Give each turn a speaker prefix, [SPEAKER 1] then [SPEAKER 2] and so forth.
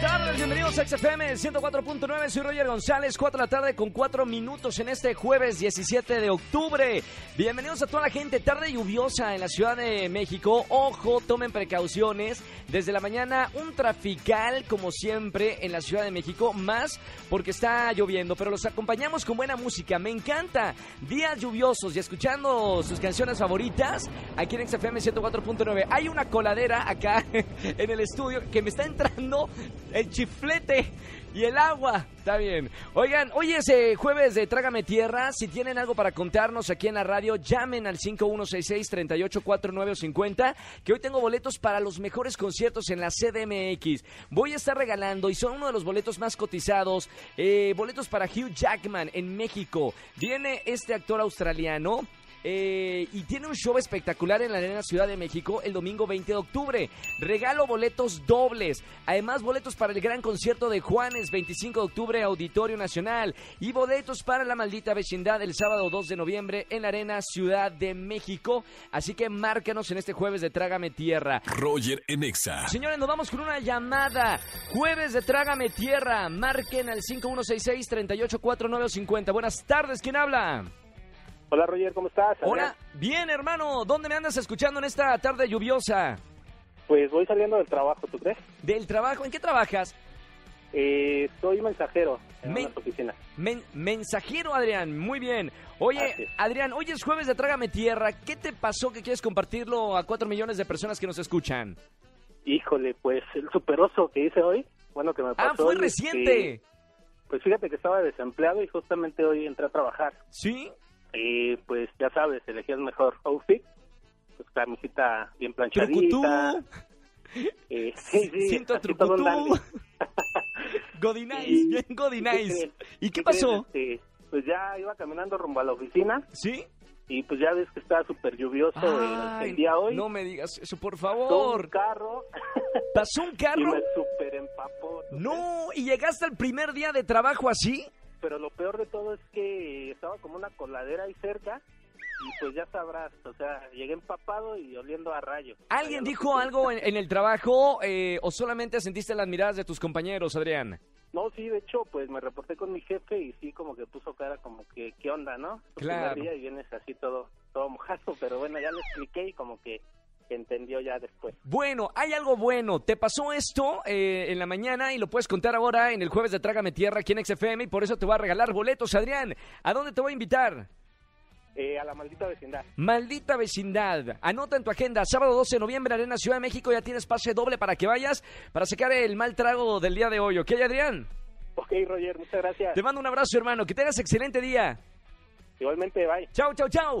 [SPEAKER 1] tardes, bienvenidos a XFM 104.9. Soy Roger González, 4 de la tarde con 4 minutos en este jueves 17 de octubre. Bienvenidos a toda la gente, tarde lluviosa en la Ciudad de México. Ojo, tomen precauciones. Desde la mañana, un trafical, como siempre, en la Ciudad de México, más porque está lloviendo, pero los acompañamos con buena música. Me encanta. Días lluviosos y escuchando sus canciones favoritas aquí en XFM 104.9. Hay una coladera acá en el estudio que me está entrando el chiflete y el agua. Está bien. Oigan, hoy es eh, jueves de Trágame Tierra. Si tienen algo para contarnos aquí en la radio, llamen al 5166-384950, que hoy tengo boletos para los mejores conciertos en la CDMX. Voy a estar regalando, y son uno de los boletos más cotizados, eh, boletos para Hugh Jackman en México. Viene este actor australiano. Eh, y tiene un show espectacular en la Arena Ciudad de México el domingo 20 de octubre. Regalo boletos dobles. Además, boletos para el gran concierto de Juanes, 25 de octubre, Auditorio Nacional. Y boletos para la maldita vecindad el sábado 2 de noviembre en la Arena Ciudad de México. Así que márcanos en este jueves de Trágame Tierra.
[SPEAKER 2] Roger en EXA.
[SPEAKER 1] Señores, nos vamos con una llamada. Jueves de Trágame Tierra. Marquen al 5166-384950. Buenas tardes, ¿quién habla?
[SPEAKER 3] Hola Roger, ¿cómo estás?
[SPEAKER 1] Hola,
[SPEAKER 3] Adrián.
[SPEAKER 1] bien hermano, ¿dónde me andas escuchando en esta tarde lluviosa?
[SPEAKER 3] Pues voy saliendo del trabajo, ¿tú crees?
[SPEAKER 1] ¿Del trabajo? ¿En qué trabajas?
[SPEAKER 3] Eh, soy mensajero en
[SPEAKER 1] Me-
[SPEAKER 3] unas oficinas.
[SPEAKER 1] Men- mensajero, Adrián, muy bien. Oye,
[SPEAKER 3] Así es.
[SPEAKER 1] Adrián, hoy es jueves de Trágame Tierra, ¿qué te pasó que quieres compartirlo a cuatro millones de personas que nos escuchan?
[SPEAKER 3] Híjole, pues el superoso que hice hoy, bueno, que me pasó.
[SPEAKER 1] Ah, fue
[SPEAKER 3] hoy,
[SPEAKER 1] reciente.
[SPEAKER 3] este, pues fíjate que estaba desempleado y justamente hoy entré a trabajar.
[SPEAKER 1] ¿Sí?
[SPEAKER 3] Y pues ya sabes, elegí el mejor outfit, pues camisita bien planchadita.
[SPEAKER 1] Trucutú,
[SPEAKER 3] eh, sí, sí,
[SPEAKER 1] cinto
[SPEAKER 3] así todo un dandy.
[SPEAKER 1] trucutú. Godinais,
[SPEAKER 3] Y-
[SPEAKER 1] bien Godinais.
[SPEAKER 3] crees?
[SPEAKER 1] ¿Y qué
[SPEAKER 3] ¿Qué crees?
[SPEAKER 1] pasó?
[SPEAKER 3] Este, pues ya iba caminando rumbo a la oficina
[SPEAKER 1] ¿Sí?
[SPEAKER 3] y pues ya ves que está súper lluvioso el-
[SPEAKER 1] Ay,
[SPEAKER 3] el día hoy.
[SPEAKER 1] no me digas eso, por
[SPEAKER 3] Todo un
[SPEAKER 1] favor.
[SPEAKER 3] carro
[SPEAKER 1] ¿Pasó un
[SPEAKER 3] y
[SPEAKER 1] carro?
[SPEAKER 3] me super empapó.
[SPEAKER 1] No, ¿y llegaste al primer día de trabajo así?
[SPEAKER 3] Pero lo peor de todo es que estaba como una coladera ahí cerca y pues ya sabrás, o sea, llegué empapado y oliendo a rayos.
[SPEAKER 1] ¿Alguien
[SPEAKER 3] Allá lo
[SPEAKER 1] dijo
[SPEAKER 3] que-
[SPEAKER 1] algo en, en el trabajo eh, o solamente sentiste las miradas de tus compañeros, Adrián?
[SPEAKER 3] No, sí, de hecho, pues me reporté con mi jefe y sí como que puso cara como que, ¿qué onda, no? Tu
[SPEAKER 1] Claro.
[SPEAKER 3] primer día y vienes así todo, todo mojado, pero bueno, ya le expliqué y como que entendió ya después.
[SPEAKER 1] Bueno, hay algo bueno. Te pasó esto eh, en la mañana y lo puedes contar ahora en el jueves de Trágame Tierra aquí en XFM y por eso te voy a regalar boletos, Adrián. ¿A dónde te voy a invitar?
[SPEAKER 3] Eh, a la maldita vecindad.
[SPEAKER 1] Maldita vecindad. Anota en tu agenda, sábado 12 de noviembre, Arena Ciudad de México. Ya tienes pase doble para que vayas para sacar el mal trago del día de hoy. ¿Ok, Adrián?
[SPEAKER 3] Ok, Roger, muchas gracias.
[SPEAKER 1] Te mando un abrazo, hermano. Que tengas excelente día.
[SPEAKER 3] Igualmente, bye.
[SPEAKER 1] Chau, chau, chau.